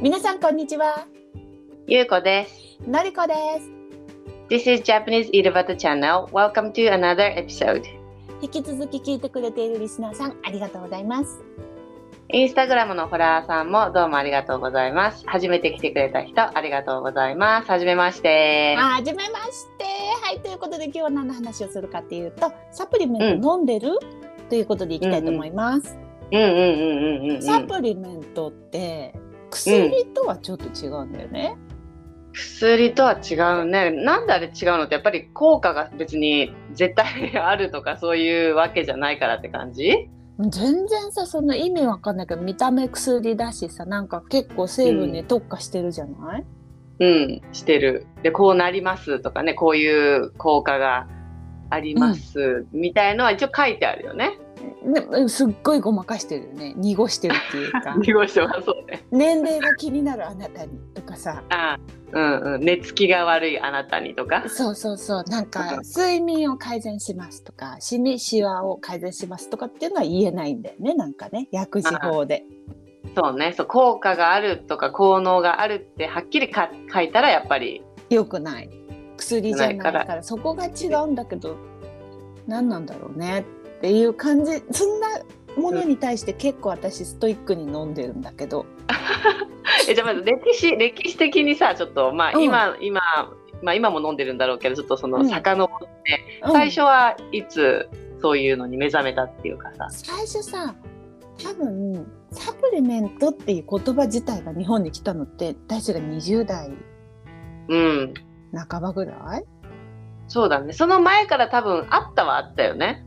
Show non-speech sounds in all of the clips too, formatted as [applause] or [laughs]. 皆さんこんにちは。ゆうこです。のりこです。 This is Japanese Iribata Channel. Welcome to another episode. 引き続き聞いてくれているリスナーさんありがとうございます。インスタグラムのホラーさんもどうもありがとうございます。初めて来てくれた人ありがとうございます。はじめまして。はじめまして。はい、ということで今日は何の話をするかっていうと、サプリメント飲んでる、ということでいきたいと思います。うんうんうんうんうんうサん。プリメントって薬とはちょっと違うんだよね。薬とは違うね。なんであれ違うのってやっぱり効果が別に絶対あるとかそういうわけじゃないからって感じ全然さその意味わかんないけど見た目薬だしさなんか結構成分に特化してるじゃない、うん、してる。で、こうなりますとかね、こういう効果がありますみたいのは一応書いてあるよね。 [laughs] でもすっごいごまかしてるよね濁してるっていう [laughs] か濁してますそうね。年齢が気になるあなたにとかさあうんうん。寝つきが悪いあなたにとか。そうそうそうなんとかか睡眠を改善しますとかシミシワを改善しますとかっていうのは言えないんだよねなんかね薬事法でそうね。そう効果があるとか効能があるってはっきりか書いたらやっぱり良くない薬じゃないか良くならいそこが違うんだけど何なんだろうねっていう感じそんなものに対して結構私ストイックに飲んでるんだけどえ [laughs] じゃあまず歴史歴史的にさちょっとまあうん今、今まあ今も飲んでるんだろうけどちょっとそのうん遡って、うん最初はいつそういうのに目覚めたっていうかさ。最初さ多分サプリメントっていう言葉自体が日本に来たのって私が20代うん。半ばぐらいそうだね。その前から多分あったはあったよね。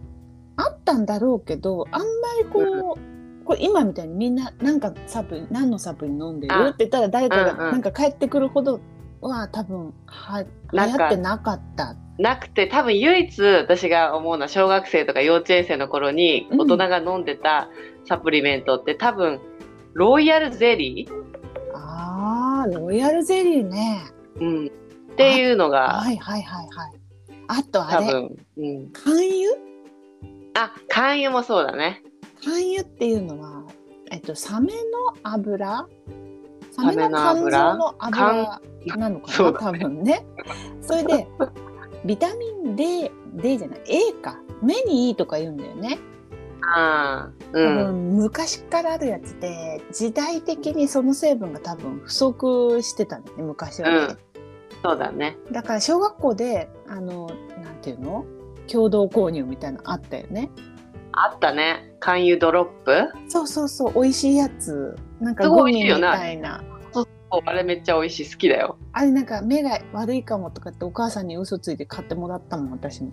あったんだろうけどあんまりこう。これ今みたいにみんななんかサプリ何のサプリ飲んでるあって言ったら誰かがうんうんなんか帰ってくるほどは多分は流なん行かってなかったなくて多分唯一私が思うのは小学生とか幼稚園生の頃にうん大人が飲んでたサプリメントって、多分ロイヤルゼリー、あーロイヤルゼリーねうん、っていうのがはいはいはいはいあとあ多れ分、うん、肝油あ肝油もそうだね肝油っていうのは、えっと、サメの油サメのサメ肝の臓油の油なのかそな、うだ多分ね。それ [laughs] でビタミン D, D じゃない A か目にいいとか言うんだよね、あー多うん分昔からあるやつで時代的にその成分が多分不足してたんだよね昔はね、うんそうだねだから小学校であのなんていうの共同購入みたいなのあったよねあったね肝油ドロップそうそうそう美味しいやつなんかすごグい美ミ味しいみよねたいなおあれめっちゃ美味しい好きだよあれなんか目が悪いかもとかってお母さんに嘘ついて買ってもらったもん私 [laughs] も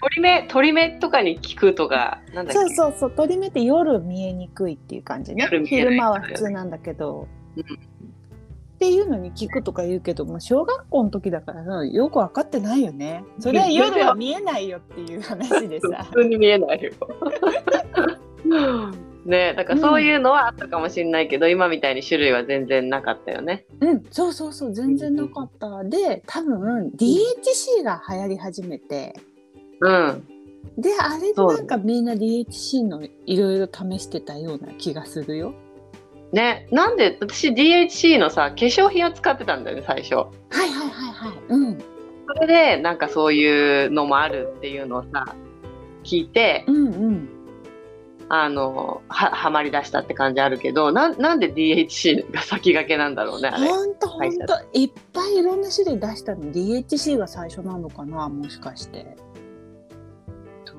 鳥目鳥目とかに効くとかなんだっけそうそうそう鳥目って夜見えにくいっていう感じね夜見えない昼間は普通なんだけど、うんっていうのに聞くとか言うけどもう小学校の時だからさよく分かってないよねそれは夜は見えないよっていう話でさ普通に見えないよ。 [laughs] ねだからそういうのはあったかもしれないけど、今みたいに種類は全然なかったよね。うんそうそうそう全然なかったで多分 DHC が流行り始めてうん。であれでなんかみんな DHC のいろいろ試してたような気がするよねなんで私 DHC のさ化粧品を使ってたんだよね最初。はいはいはいはい。うん。それでなんかそういうのもあるっていうのをさ聞いてうんうん。あのははまりだしたって感じあるけどなんなんで DHC が先駆けなんだろうねあれ。ほんとほんと。いっぱいいろんな種類出したの。DHC が最初なのかなもしかして。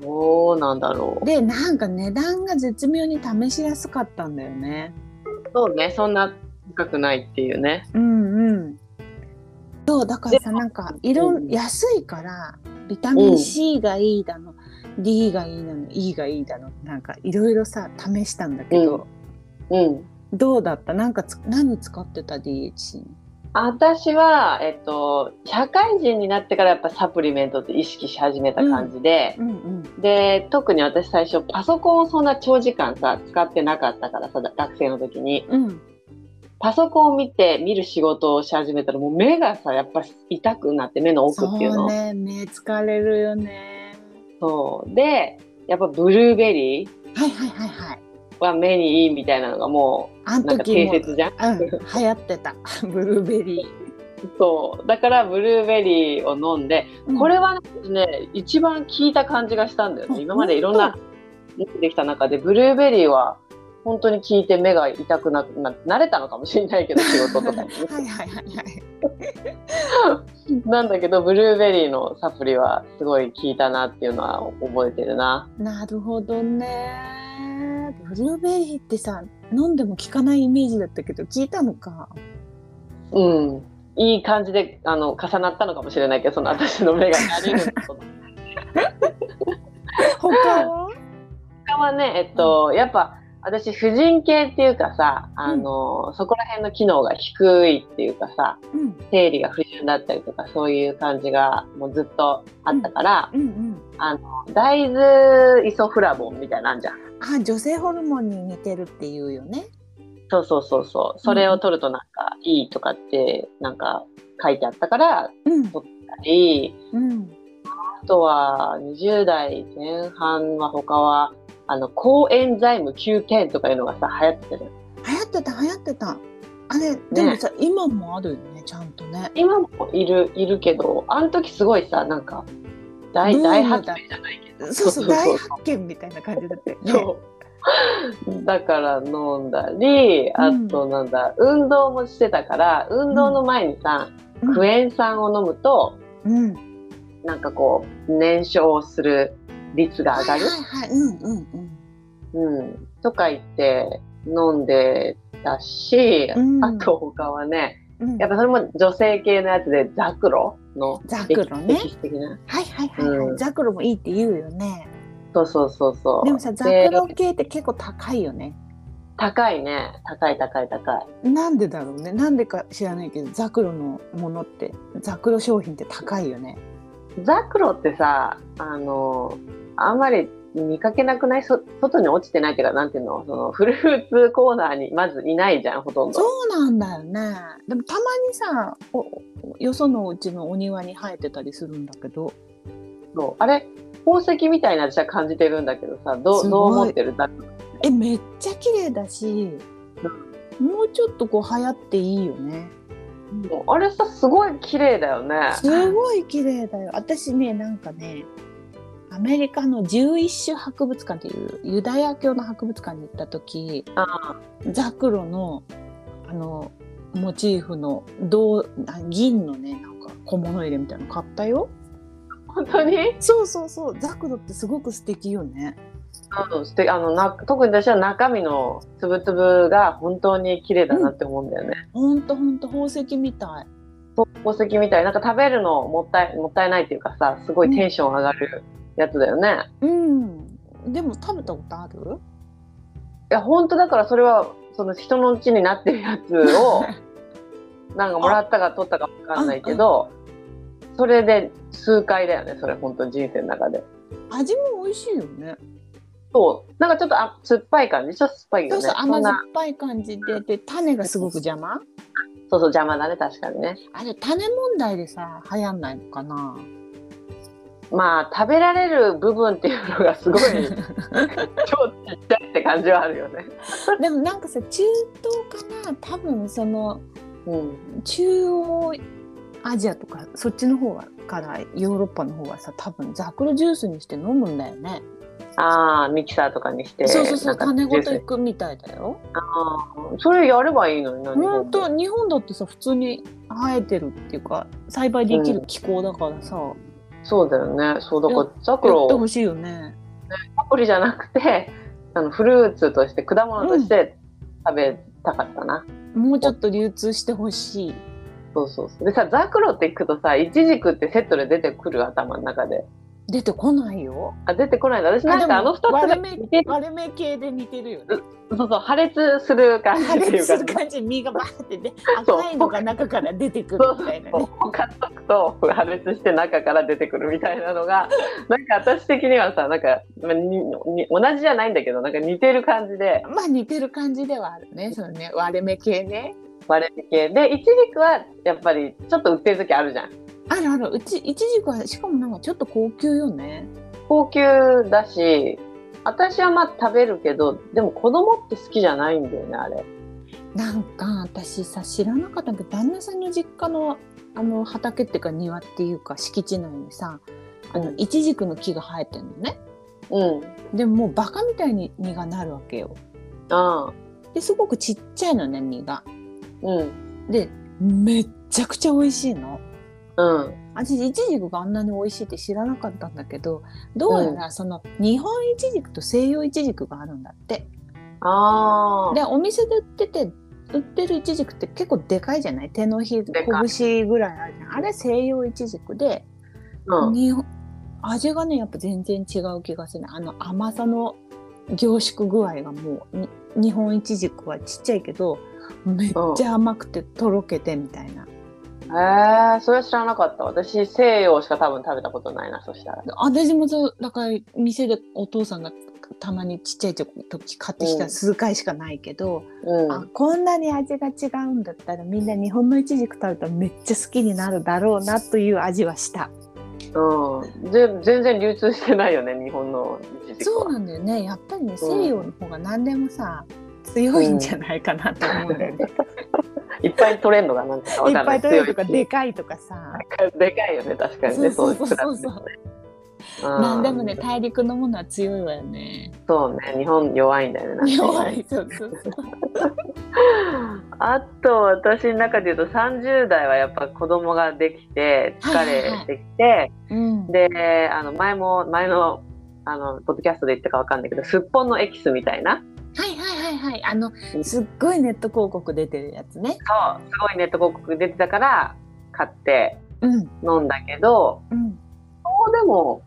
どうなんだろう。で、なんか値段が絶妙に試しやすかったんだよね。そうねそんな高くないっていうね。うんうん。そう、だからさ、なんか、いろ、うんん安いから、ビタミン C がいいだの、D がいいだの、E がいいだの、なんか、いろいろさ、試したんだけど、うん。どうだったなんかつ、何使ってた DHC? 私は、えっと、社会人になってからやっぱサプリメントって意識し始めた感じで、うんうん。で特に私最初パソコンをそんな長時間さ使ってなかったからさだ学生の時にうん。パソコンを見て見る仕事をし始めたらもう目がさやっぱ痛くなって目の奥っていうのそうね目疲れるよねそうでやっぱブルーベリーはいはいはいはいは目にいいみたいなのがもあうんなんか時定も説じゃんうん、流行ってた [laughs] ブルーベリそうだからブルーベリーを飲んでーこれはね一番効いた感じがしたんだよあね今までいろんな飲んできた中でブルーベリーは本当に効いて目が痛くなくな慣れたのかもしれないけど仕事とか [laughs] にはいはいはいはいなんだけどブルーベリーのサプリはすごい効いたなっていうのは覚えてるななるほどねブルーベリーってさ飲んでも効かないイメージだったけど効いたのかうんいい感じであの重なったのかもしれないけどその私の目が慣れること [laughs] と他は他はね、えっと、やっぱ私、婦人系っていうかさ、あの、そこら辺の機能が低いっていうかさ、うん生理が不順だったりとか、そういう感じがもうずっとあったから、うんうん大豆イソフラボンみたいなんじゃん。あ女性ホルモンに似てるっていうよねそうそうそうそう。それを取るとなんかいいとかって、なんか書いてあったから、うんいい。うんあとは、20代前半は他は、あの、抗エンザイム Q10 とかいうのがさ、流行ってたじゃん流行ってた流行ってたあれでもさ、今もあるよねちゃんとね今もいるいるけどあの時すごいさなんかブ大ーム大発明じゃないけどそうそう大そ発見みたいな感じだったようねそうだから飲んだりあとなんだ、運動もしてたから運動の前にさ、うんクエン酸を飲むとうんなんかこう燃焼する率が上がる、はいはいはいうんうんうんうん、とか言って飲んでたし、うんあと他はねうんやっぱそれも女性系のやつでザクロのザク歴ロね史的なはいはいはい、はいうんザクロもいいって言うよねそうそうそうそうでもさザでクロ系って結構高いよね高いね高い高い高いなんでだろうねなんでか知らないけどザクロのものってザクロ商品って高いよねザクロってさあのあんまり見かけなくないそ外に落ちてないっていうかなんていうのそのフルーツコーナーにまずいないじゃんほとんそどうなんだよねでもたまにさおよそのうちのお庭に生えてたりするんだけどそうあれ宝石みたいな私は感じてるんだけどさどすうどごうい思ってるザクロえめっちゃ綺麗だしもうちょっとこう流行っていいよねあれさすごい綺麗だよねすごい綺麗だよ私ねなんかねアメリカの11種博物館っていうユダヤ教の博物館に行った時あザクロのあのモチーフの銅あ銀のねなんか小物入れみたいなの買ったよ本当に、そうそうそうザクロってすごく素敵よねうん、素敵あのな特に私は中身のつぶつぶが本当に綺麗だなって思うんだよね、ほんとほんと宝石みたい宝石みたいなんか食べるのもったいもったいないっていうかさすごいテンション上がるやつだよね、いうんでも食べたことあるや本当だからそれはその人のうちになってるやつ [laughs] をなんかもらったか取ったか分かんないけどそれで数回だよねそれ本当人生の中で味も美味しいよねそうなんかちょっとあ酸っぱい感じちょっと酸っぱいよねそうそうそ甘ん酸なっぱい感じでで種がすごく邪魔そうそう邪魔だね確かにねあれ種問題でさ流行んないのかなまあ食べられる部分っていうのが [laughs] すごい超ちっちゃいって感じはあるよねでもなんかさ中東かな多分そのうん中央アジアとかそっちの方からヨーロッパの方はさ多分ザクロジュースにして飲むんだよね、ああミキサーとかにしてそうそうそなうんか種ごジュとースいくみたいだよあーそれやればいいのにな。日ほ本んでと日本だってさ普通に生えてるっていうか栽培できる気候だからさ、そうだよね。そうだかやらザクやってほロしいよねアプリじゃなくて、あのフルーツとして果物として食べたかったな。もうちょっと流通してほしいそうそうそう。でさザクロって聞くとさ、イチジクってセットで出てくる頭の中で。出てこないよあ出てこないんだ。私なんかあの二つが割似れて目る。割れ目系で似てるよねそうそう破裂する感じ破 [laughs] ってい裂うかする。感 [laughs] じ身がバーってね [laughs] そう赤いのが中から出てくるみたいなそうね買っとくと破裂して中から出てくるみたいな [laughs] のがなんか私的にはさなんかまあにに同じじゃないんだけどなんか似てる感じでまあ似てる感じではあるねそのね割れ目系ね割れ系でイチジクはやっぱりちょっと売ってる時あるじゃんあるあるうちいちじくはしかもなんかちょっと高級よね高級だし私はまあ食べるけどでも子供って好きじゃないんだよねあれなんか私さ知らなかったけど旦那さんの実家のあの畑っていうか庭っていうか敷地内にさあのうんイチジクの木が生えてるのねうんでももうバカみたいに実がなるわけよああですごくちっちゃいのね実がうんでめっちゃくちゃ美味しいのうん私イチジクがあんなに美味しいって知らなかったんだけどどうやらその日本イチジクと西洋イチジクがあるんだってあでお店で売ってて売ってるイチジクって結構でかいじゃない手のひでか拳ぐらいあるじゃんあれ西洋イチジクで、あうん日本味がねやっぱ全然違う気がするあの甘さの凝縮具合がもうに日本イチジクはちっちゃいけどめっちゃ甘くてとろけてみたいな、へえそれは知らなかった私西洋しか多分食べたことないなそしたら私もそうだから店でお父さんがたまにちっちゃい時買ってきうたん数回しかないけど、うんあこんなに味が違うんだったらみんな日本のイチジク食べたらめっちゃ好きになるだろうなという味はしたうん、ぜ全然流通してないよね日本のイチジクそうはなんだよねやっぱりね西洋の方が何でもさ、強いんじゃないかなと思うん [laughs] だよね、いっぱい取れんのがなんてかわいかっんなぱいい取れるとか強いでかいとかさでかいよね確かにそうねそういそう比べそうてそううん何でもね大陸のものは強いわよねそうね日本弱いんだよねなんかね弱いそうそうそうあと私の中で言うと30代はやっぱ子供ができて疲れてきて、うんであの前も前のあのポッドキャストで言ったかわかんないけどすっぽんのエキスみたいなはいはいはいはいあのすっごいネット広告出てるやつねそうすごいネット広告出てたから買ってうん飲んだけどうんそうでも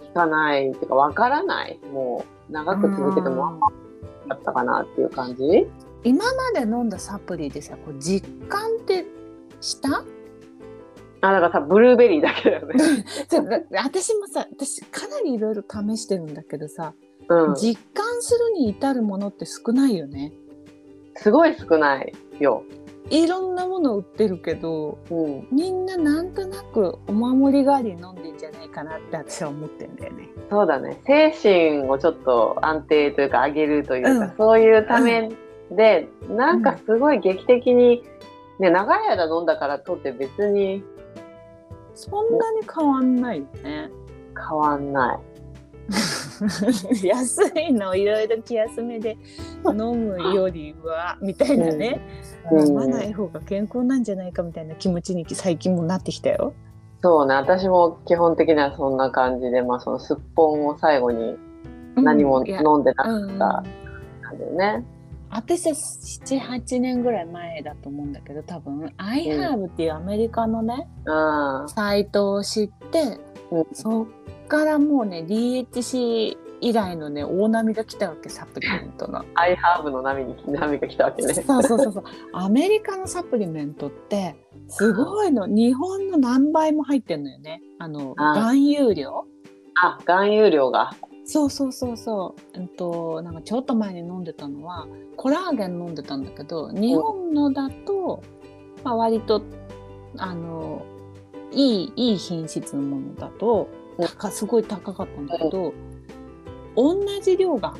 効かないっていうかわからないもう長く続けてもうんあったかなっていう感じ今まで飲んだサプリでさこう実感ってしたあだからさブルーベリーだけだよね、そうだ私もさ私かなりいろいろ試してるんだけどさ、うん、実感するに至るものって少ないよねすごい少ないよ、いろんなもの売ってるけどうん、みんななんとなくお守り代わりに飲んでんじゃないかなって私は思ってんだよね。そうだね精神をちょっと安定というか上げるというか、うんそういうためで、なんかすごい劇的に、ね、長い間飲んだからとって別にそんなに変わんないよね。変わんない [laughs] 安いのをいろいろ気休めで飲むよりはみたいなね、うん飲まない方が健康なんじゃないかみたいな気持ちに最近もなってきたよ。そうね私も基本的にはそんな感じで、まあ、そのすっぽんを最後に何もうんいや飲んでうなかんったんだよね、私は78年ぐらい前だと思うんだけど多分 iHerb っていうアメリカのね、うんサイトを知って、うんそっからもうね DHC 以来のね大波が来たわけサプリメントのアイハーブの波に [laughs] 波が来たわけそうね。そうそうそうアメリカのサプリメントってすごいの日本の何倍も入ってんのよねあのあ含有量あ、含有量が。そうそうそうそう、うんと、なんかちょっと前に飲んでたのはコラーゲン飲んでたんだけど日本のだと、まあ、割とあのいいいい品質のものだとうん高すごい高かったんだけど、同じ量が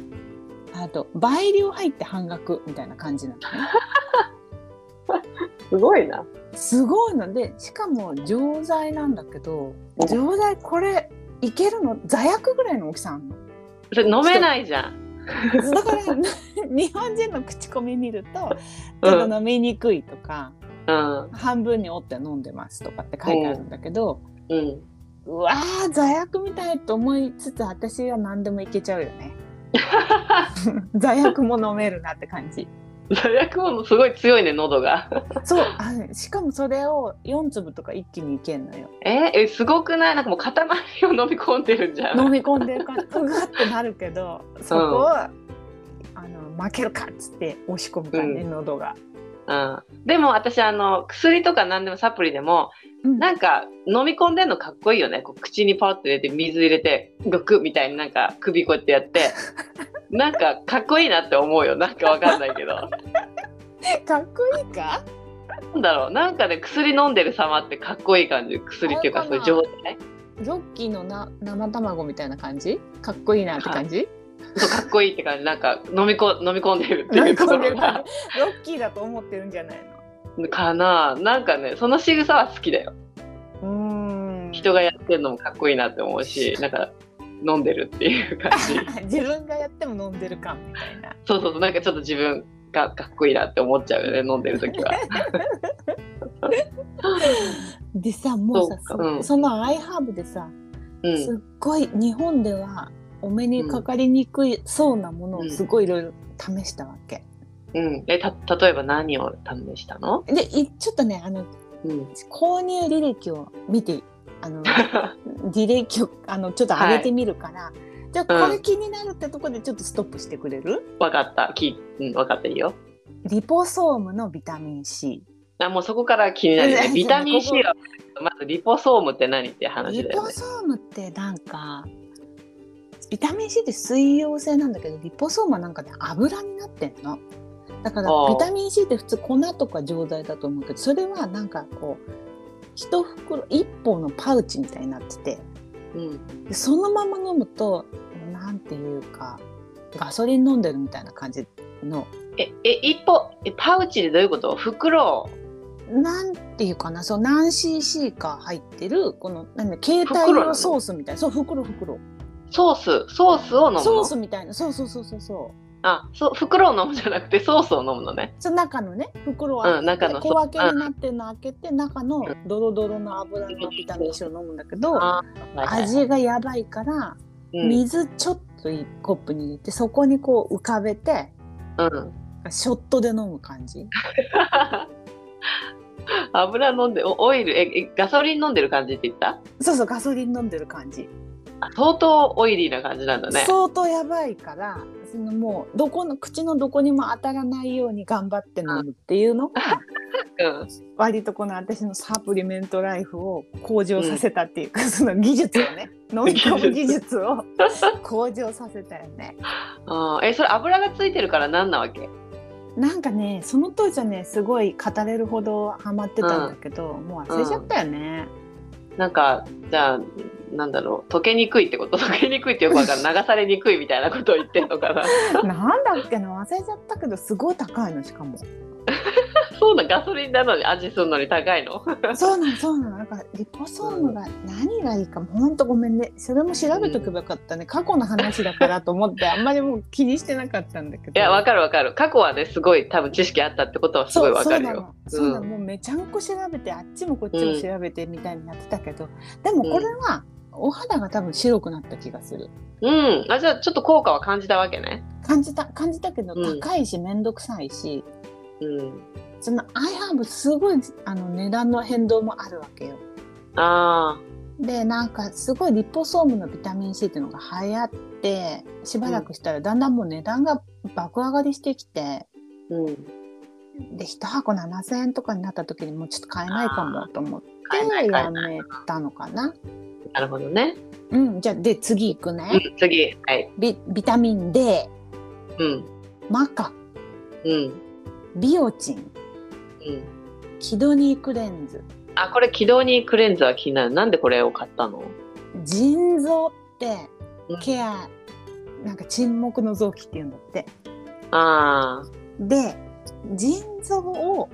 あと倍量入って半額みたいな感じなのね。すごいな。すごいのでしかも錠剤なんだけどうん錠剤これいけるの座薬ぐらいの大きさあんのそれ飲めないじゃん。だから日本人の口コミ見るとちょっと飲みにくいとか、うん。半分に折って飲んでますとかって書いてあるんだけど、うん。 [laughs] うわー座薬みたいと思いつつ私は何でもいけちゃうよね座薬も飲めるなって感じ罪悪もすごい強いね、喉が。そうあのしかもそれを4粒とか一気にいけんのよえ、え、すごくないなんかもう塊を飲み込んでるん [laughs] じゃん。飲み込んでるからうわってなるけどそこは、あの負けるかっつって押し込む感じ、う喉が。うん。でも私、あの、薬とか何でもサプリでも、うんなんか飲み込んでんのかっこいいよね。こう口にパッと入れて、水入れて、グクッみたいになんか首こうやってやって、なんかかっこいいなって思うよ。なんかわかんないけど。かっこいいかなんだろうなんかね薬飲んでる様ってかっこいい感じ薬っていうあかれかそういうな状態ジョッキーのな生卵みたいな感じかっこいいなって感じそうかっこいいって感じなんか飲みこ飲み込んでるってないんうとか [laughs] こねろロッがキーだと思ってるんじゃないのかななんかねその仕草は好きだようーん人がやってるのもかっこいいなって思うしなんか飲んでるっていう感じ [laughs] 自分がやっても飲んでる感みたいなそうそうそうなんかちょっと自分がかっこいいなって思っちゃうよね飲んでる [laughs] 時はでさもうさそうそ,、かうんのアイハーブでさ、うんすっごい日本ではお目にかかりにくいそうなものをすごいいろいろ試したわけ、うん、えた例えば何を試したの、でいちょっとねあのうん、 [laughs] 購入履歴を見てあの履歴をあのちょっと上げてみるから、じゃあこれ気になるってとこでちょっとストップしてくれる、わかったき、うん、わかったいいよリポソームのビタミン C あもうそこから気になる [laughs] よねビタミン C はまずリポソームって何って話リだよポねソームってなんかビタミン C って水溶性なんだけどリポソームはなんかね油になってんのだからあービタミン C って普通粉とか錠剤だと思うけどそれはなんかこう一袋一本のパウチみたいになっててうんでそのまま飲むとなんていうかガソリン飲んでるみたいな感じのええ一歩えパウチでどういうこと袋なんていうかなそう何 cc か入ってるこのなんだ携帯袋なの用ソースみたいなそう袋袋ソースソースを飲むのソースみたいなそうそうそうそうそうあそう袋を飲むじゃなくてソースを飲むのねその中のね袋を開けて、うん中の小分けになってるの開けて中のドロドロの油のビタミン C を飲むんだけどあはいはい味がやばいからうん水ちょっといいコップに入れてそこにこう浮かべてうん、ショットで飲む感じ油飲んでおオイルええガソリン飲んでる感じって言ったそうそうガソリン飲んでる感じあ相当オイリーな感じなんだね相当やばいからそのもうどこの口のどこにも当たらないように頑張って飲むっていうのがうん割とこの私のサプリメントライフを向上させたっていうか、その技術を [laughs] ね飲み込む技術を [laughs] 向上させたよね。あーえそれ油がついてるから何なわけなんかねその当時はねすごい語れるほどハマってたんだけど、もう忘れちゃったよね。なんかじゃあなんだろう溶けにくいってこと [laughs] 溶けにくいってよくわかる流されにくいみたいなことを言ってんのかななんだっけな忘れちゃったけどすごい高いのしかも。そうなのガソリンなのに味するのに高いのそうなのそうなのなんかリポソームが何がいいか、ほんとごめんねそれも調べとけばよかったね、過去の話だからと思ってあんまりもう気にしてなかったんだけどいやわかるわかる過去はねすごい多分知識あったってことはすごいわかるよそうそうなの、そうなうのんもうめちゃんこ調べてあっちもこっちも調べてみたいにやってたけど、でもこれはお肌が多分白くなった気がするうんあじゃあちょっと効果は感じたわけね感じた感じたけどうん高いし面倒くさいし、うんそのアイハーブすごいあの値段の変動もあるわけよあでなんかすごいリポソームのビタミン C っていうのが流行ってしばらくしたらだんだんもう値段が爆上がりしてきてーうんで1箱7,000円とかになった時にもうちょっと買えないかもと思って買えない買えやないめたのかな。なるほどね、うん、じゃあで次いくうね、ん、次はいビビタミン D うんマカうんビオチンうんキドニークレンズあこれ気道にクレンザー気になるなんでこれを買ったの腎臓ってうんケアなんか沈黙の臓器っていうんだってああ、で腎臓を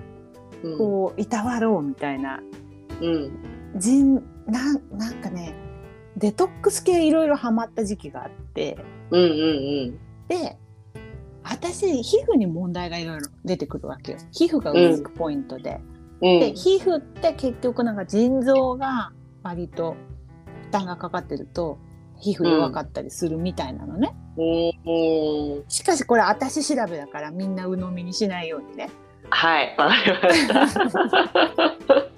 うんこういたわろうみたいなうん、腎なんなんかねデトックス系いろいろハマった時期があってうんうんで私皮膚に問題がいろいろ出てくるわけよ皮膚がウィークポイントで、うんうんで皮膚って結局なんか腎臓が割と負担がかかってると皮膚弱かったりするみたいなのね、うんしかしこれ私調べだからみんな鵜呑みにしないようにねはい、わかりました。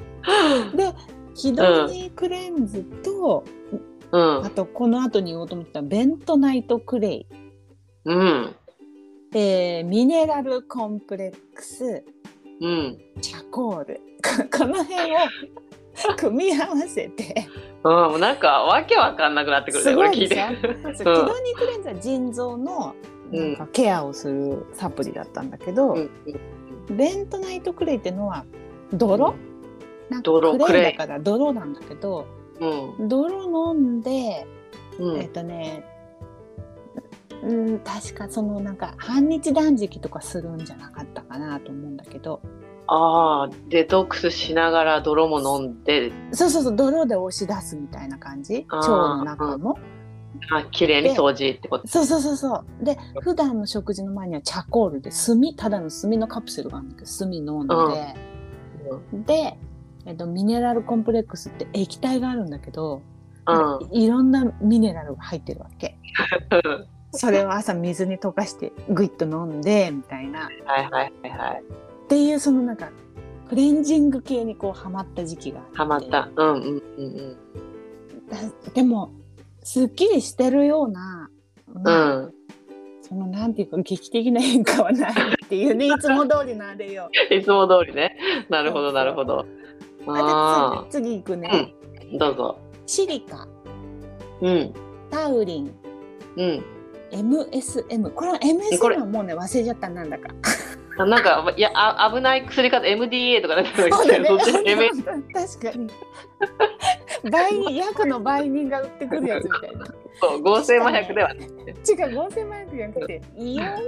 でキドニークレンズと、うんあ、とこの後に言おうと思ってたベントナイトクレイ、うん、えーミネラルコンプレックスうん、チャコールここの辺を組み合わせ [laughs] てうん、もうなんかわけわかんなくなってくるね。すごこれい聞でしいてょ。そうキドニークレンズは腎臓のうなんんかケアをするサプリだったんだけど、うんベントナイトクレイってのは泥、なんか泥クレイだから泥なんだけどうん、泥飲んで、うん、うえっん、とねうん、確かそのなんか半日断食とかするんじゃなかったかなと思うんだけどああデトックスしながら泥も飲んでそうそうそう泥で押し出すみたいな感じあー腸の中もあ綺麗に掃除ってことそうそうそうそうで普段の食事の前にはチャコールで炭ただの炭のカプセルがあるんだけど炭飲んで、 [laughs] で、えっと、ミネラルコンプレックスって液体があるんだけど、うん、うんいろんなミネラルが入ってるわけそれを朝水に溶かしてグイッと飲んでみたいなはいはいはいはいっていうそのなんかクレンジング系にこうハマった時期があてはまったうんうんうんでもすっきりしてるような、うまあんうんそのなんていうか劇的な変化はないっていう [laughs] ねいつも通りのあれよいつも通りねなるほどなるほどああで次次行くね、あどうぞシリカうんタウリンうん MSM これはこれ MSM はもうね忘れちゃったなんだかあなんかいやあ危ない薬方 MDA とか出てくるそうだねそっちの [laughs] 確 MD かに倍に薬の売人が売ってくるやつみたいなそう合成麻薬では違う合成麻薬じゃなくて硫黄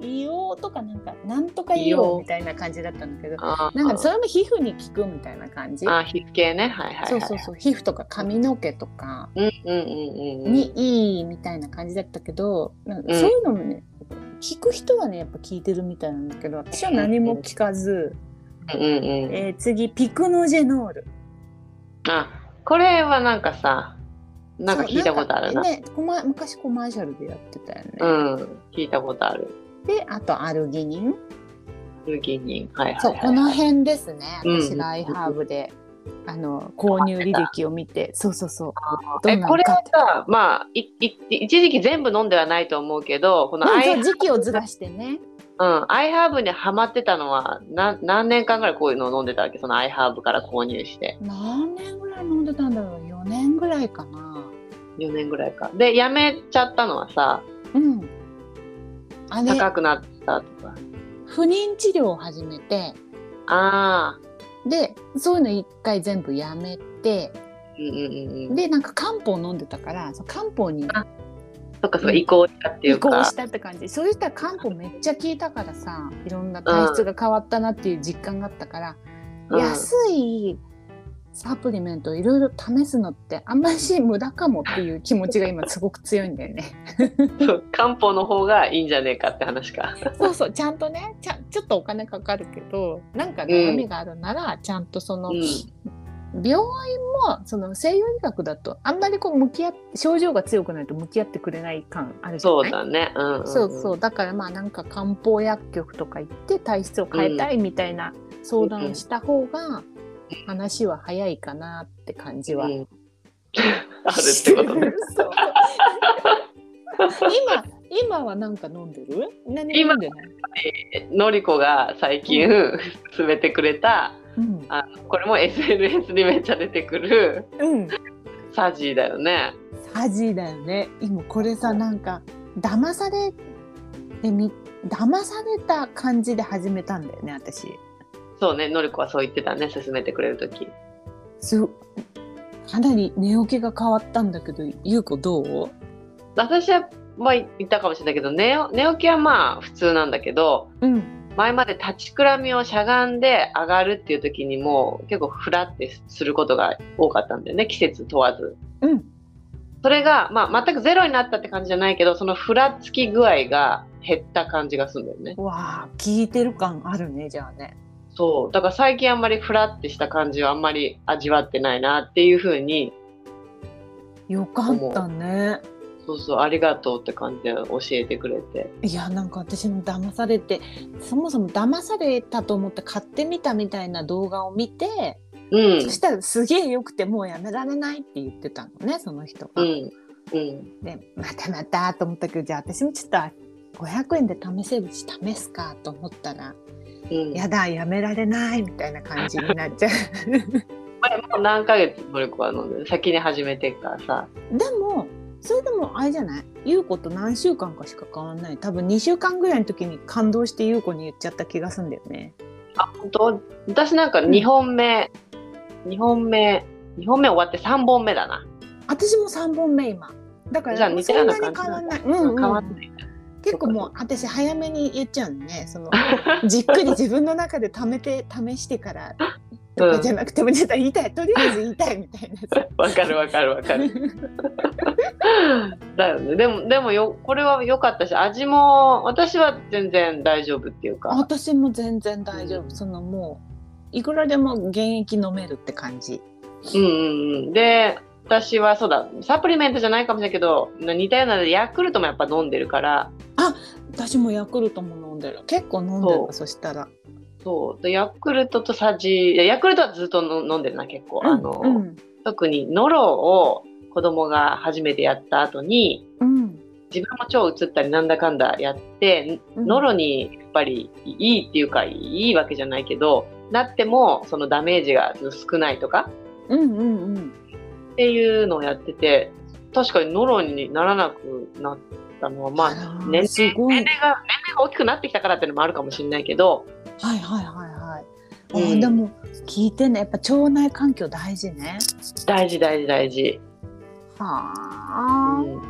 硫黄とかなんかなんとか硫硫黄黄みたいな感じだったんだけどあーなんかそれも皮膚に効くみたいな感じ、あー筆形ねはいはいはいそうそうそう皮膚とか髪の毛とかうんうんうんうんにいいみたいな感じだったけどなんかうんそういうのもね聞く人はねやっぱ聞いてるみたいなんだけど私は何も聞かず、うんうんうんえー次ピクノジェノールあこれはなんかさなんか聞いたことあるなそうなんかねコマ昔コマーシャルでやってたよね、うん聞いたことあるであとアルギニンルギニンはいはいそはいうこの辺ですねうん私が iHerb で、あの購入履歴を見てそうそうそうどうえなこのれかっはてさまあいい一時期全部飲んではないと思うけどこのまあアイ,、、そううん時期をずらしてねアイハーブにハマってたのはな何年間ぐらいこういうのを飲んでたわけそのアイハーブから購入して何年ぐらい飲んでたんだろう4年ぐらいかな4年ぐらいかでやめちゃったのはさうんあれ高くなったとか不妊治療を始めてああでそういうの一回全部やめてうんうんうんうんでなんか漢方飲んでたからそう漢方にあそっかそっか移行したってい移うか行したって感じそうしたら漢方めっちゃ効いたからさいろんな体質が変わったなっていう実感があったから、うん安いサプリメントをいろいろ試すのってあんまり無駄かもっていう気持ちが今すごく強いんだよね。そう漢方の方がいいんじゃねえかって話か。そうそうちゃんとねちゃんちょっとお金かかるけどなんか悩みがあるなら、ちゃんとその、うん病院もその西洋医学だとあんまりこう向き合って症状が強くないと向き合ってくれない感あるじゃそなういだね。うん、うん。そうそうだからまあなんか漢方薬局とか行って体質を変えたいみたいな相談した方が話は早いかなって感じはうん [laughs] あるってこ [laughs] とね。そう [laughs] 今今はなんか飲んでる？何も飲んでない。のりこが最近、 [laughs] 勧めてくれた、うん。これも SNS にめっちゃ出てくるうん。サジーだよね。恥だよね。今これさなんか騙されてみ騙された感じで始めたんだよね私。そうね、のりこはそう言ってたね、勧めてくれるとき。すかなり寝起きが変わったんだけどゆうこどう？私は、まあ、言ったかもしれないけど寝お、寝起きはまあ普通なんだけど、うん。前まで立ちくらみをしゃがんで上がるっていう時にもう結構フラってすることが多かったんだよね、季節問わず。うん。それが、まあ、全くゼロになったって感じじゃないけど、そのふらつき具合が減った感じがするんだよね。わあ聞いてる感あるねじゃあね。そう。だから最近あんまりふらってした感じはあんまり味わってないなっていうふうに、よかったね。そうそう、ありがとうって感じで教えてくれて。いやなんか私も騙されてそもそも騙されたと思って買ってみたみたいな動画を見て、うんそ。したらすげえ良くてもうやめられないって言ってたのねその人うが。ん。うん。でまたまたと思ったけどじゃあ私もちょっと500円で試せるし試すかと思ったらうん。やだやめられないみたいな感じにな [laughs] っちゃう。前もう何ヶ月もりこは飲んでる先に始めてるからさ。でもそれでもあれじゃない優子と何週間かしか変わんない多分2週間ぐらいの時に感動して優子に言っちゃった気がすんだよね。あ、本当私なんか2本目、2本目、2本目終わって3本目だな。私も3本目今。だからじゃあ似たような感じそんなに変わんない、変うんうんわんない結構もう私早めに言っちゃうのねそのじっくり自分の中で貯め [laughs] て試してからとかじゃなくても、ね言いたいとりあえず言いたいみたいなさわかるわかるわかる。だよね。でも、でもよ、これは良かったし、味も、私は全然大丈夫っていうか。 [laughs] 私も全然大丈夫、そのもういくらでも現役飲めるって感じうんうんうん。で、私はそうだ、サプリメントじゃないかもしれないけど、似たようなので、ヤクルトもやっぱ飲んでるから、私もヤクルトも飲んでる結構飲んでるそそうしたらそう。でヤクルトとサジ、いやヤクルトはずっとの飲んでるな、結構。あの、うん特にノロを子供が初めてやった後に、うん自分も腸移ったりなんだかんだやって、うんノロにやっぱりいいっていうかいいわけじゃないけどなってもそのダメージが少ないとかうんうんうんっていうのをやってて確かにノロにならなくなったのはまああら年すごい年齢が年齢が大きくなってきたからっていうのもあるかもしれないけどはいはいはいはい、あうんでも聞いてねやっぱ腸内環境大事ね大事大事大事、はうあ、ん、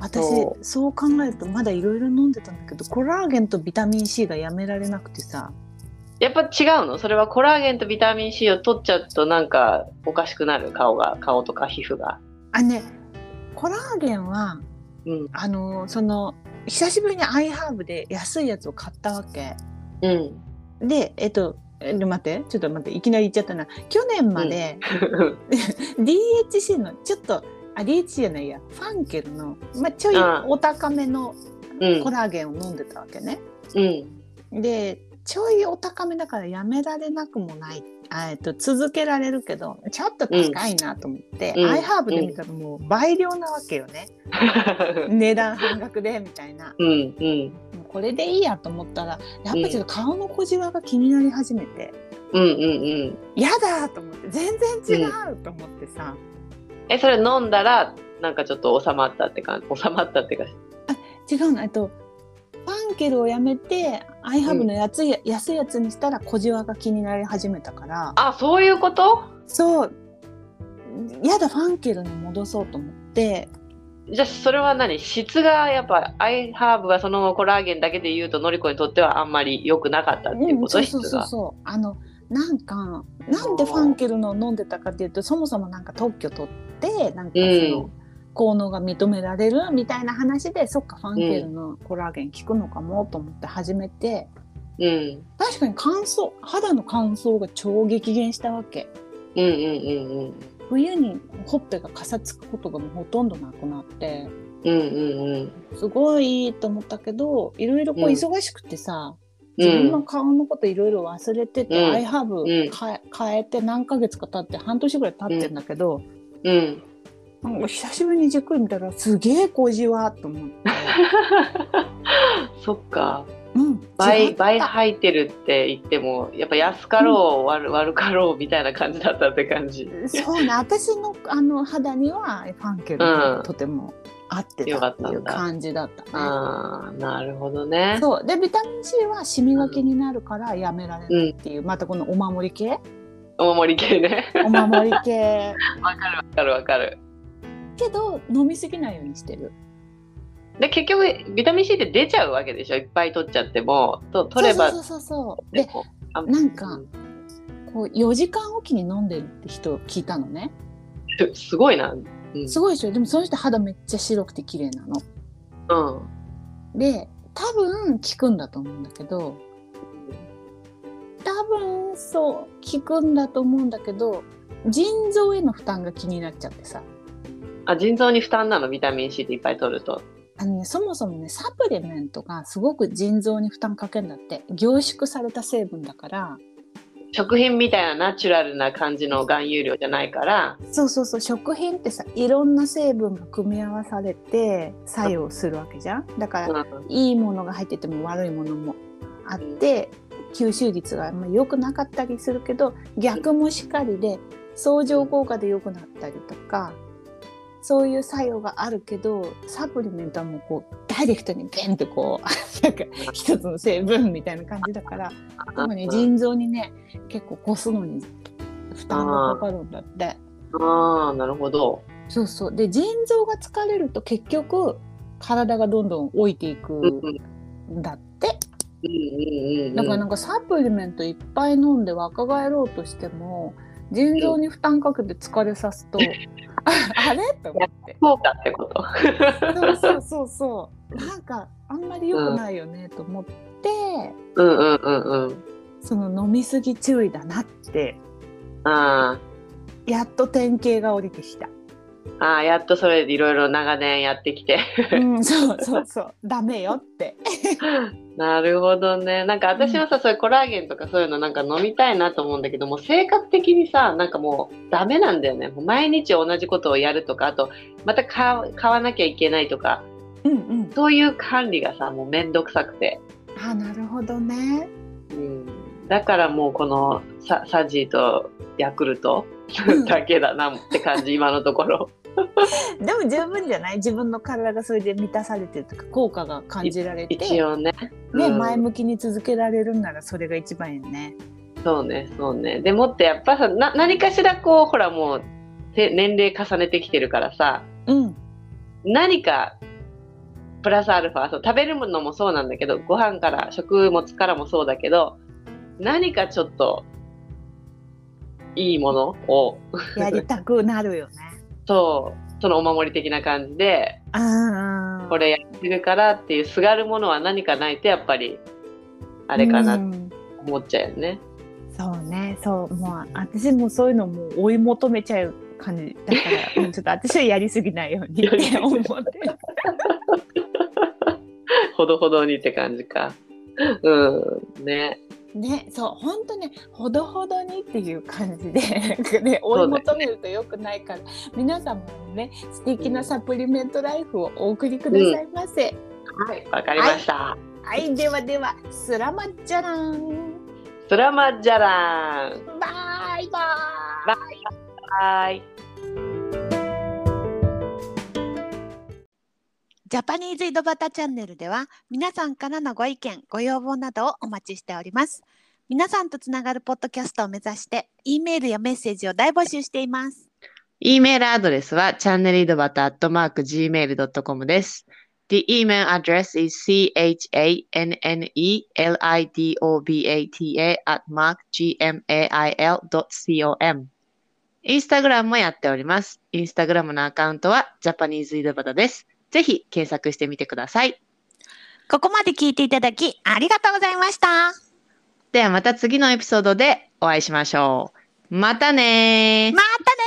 私そそう考えるとまだいろいろ飲んでたんだけどコラーゲンとビタミン C がやめられなくてさやっぱ違うのそれはコラーゲンとビタミン C を取っちゃうとなんかおかしくなる顔が顔とか皮膚があねコラーゲンはうんあのその久しぶりにアイハーブで安いやつを買ったわけうんでえっとえ待ってちょっと待っていきなり言っちゃったな去年まで DHC のちょっとあ DHC じゃないやファンケルの、まあ、ちょいうんお高めのうんコラーゲンを飲んでたわけね、うん [laughs] でちょいお高めだからやめられなくもないあえっと続けられるけどちょっと高いなと思って、うんアイハーブで見たらもう倍量なわけよね、値段半額でみたいなうんうんもうこれでいいやと思ったらやっぱちょっと顔の小じわが気になり始めて、うんうんうん。やだと思って全然違うと思ってさ、え、それ飲んだら、なんかちょっと収まったって感じ、収まったって感じ。違うのえっとファンケルをやめてアイハーブの安い,、安いやつにしたら小じわが気になり始めたからあ、そういうことそうやだファンケルに戻そうと思ってじゃあ、それは何質がやっぱ、アイハーブはそのコラーゲンだけで言うと、のりこにとってはあんまり良くなかったっていううこん、そと、う質そうそうが。そうあのなんかなんでファンケルのを飲んでたかっていうとそもそもなんか特許取ってなんかその、うん効能が認められるみたいな話でそっかファンケルのコラーゲン効くのかもと思って始めて、うん。確かに乾燥肌の乾燥が超激減したわけうんうんうんうん。冬にほっぺがかさつくことがもうほとんどなくなってうんうんうん。すごいいいと思ったけどいろいろこううん忙しくてさ、う自分のん、顔のこといろいろ忘れてて、うんアイハーブうんか変えて何ヶ月か経って半年ぐらい経ってんだけど、うん、なんか久しぶりにじっくり見たらすげえ小じわと [laughs] 思って、そっかうん、違倍った倍入ってるって言ってもやっぱ安かろう、悪悪かろうみたいな感じだったって感じそうね私のあの肌にはファンケルうんがとても合ってたっていよかったうんだ感じだったね。あーなるほどねそうでビタミン C はシミが気になるからやめられないっていう、またこのお守り系お守り系ね [laughs] お守り系わかるわかるけど飲みすぎないようにしてるで結局ビタミン C って出ちゃうわけでしょいっぱい取っちゃってもと取ればそうそうそうそうそうででこうあなんかうこう4時間おきに飲んでるって人聞いたのねすすごいな、うん、すごいでしょでもその人肌めっちゃ白くて綺麗なのうんで多分効くんだと思うんだけど多分そう効くんだと思うんだけど腎臓への負担が気になっちゃってさあ腎臓に負担なのビタミン C っていっぱい取るとあのねそもそもねサプリメントがすごく腎臓に負担かけるんだって凝縮された成分だから食品みたいなナチュラルな感じの含有量じゃないからそうそうそう食品ってさいろんな成分が組み合わされて作用するわけじゃんだからうんいいものが入ってても悪いものもあって吸収率があんま良くなかったりするけど逆もしっかりで相乗効果で良くなったりとかそういう作用があるけどサプリメントはもうこうダイレクトにベンってこう [laughs] なんか一つの成分みたいな感じだからでもね腎臓にね結構こすのに負担がかかるんだって。ああなるほどそうそうで腎臓が疲れると結局体がどんどん老いていくうんうんんだって、うんうんだからなんかサプリメントいっぱい飲んで若返ろうとしても腎臓に負担かけて疲れさすとあれと思ってそうかってことそうそうそうそうなんかあんまり良くないよねと思って、うんうんうんうんその飲みすぎ注意だなってあやっと典型が降りてき [laughs] た。ーあーやっとそれでいろいろ長年やってきて [laughs] うん、そうそうそう、ダメよって。なるほどねなんか私はさ、そういうコラーゲンとかそういうのなんか飲みたいなと思うんだけどもう性格的にさなんかもうダメなんだよねもう毎日同じことをやるとかあとまた買わ買わなきゃいけないとかうんうん。そういう管理がさもうめんどくさくて、あ、なるほどね。うん、だからもうこのササジーとヤクルトうん [laughs] だけだなって感じ今のところ。でも十分じゃない自分の体がそれで満たされてるとか効果が感じられて、一ね応ね。うん前向きに続けられるんならそれが一番よね。そうね、そうね。でもってやっぱさ、な何かしらこう、ほらもう、て年齢重ねてきてるからさ、うん。何か、プラスアルファ、そう食べるものもそうなんだけど、ご飯から、食物からもそうだけど、何かちょっと、いいものを、やりたくなるよね。そう、そのお守り的な感じで、ああ。これやってるからっていう、すがるものは何かないと、やっぱり、ああれかなって思っちゃうよね。 [laughs] そうね、そう、もう私もそういうのもう追い求めちゃう感じだから、もうちょっと私はやりすぎないようにって思って。ほどほどにって感じか。うん、ね。ね、そう本当ねほどほどにっていう感じでなんかね追い求めると良くないから、皆さんもね素敵なサプリメントライフをお送りくださいませ、はい、わかりました。はいではではスラマッチャランドラマじゃらん。バイバイはい。ジャパニーズ井戸端チャンネルでは皆さんからのご意見ご要望などをお待ちしております皆さんとつながるポッドキャストを目指して E メールやメッセージを大募集しています E メールアドレスは channelidobata.gmail.com です。The email address is chanelidobata at mark gmail.com。インスタグラムもやっております。インスタグラムのアカウントはジャパニーズ井戸端です。ぜひ検索してみてください。ここまで聞いていただきありがとうございましたではまた次のエピソードでお会いしましょう。またねー。またね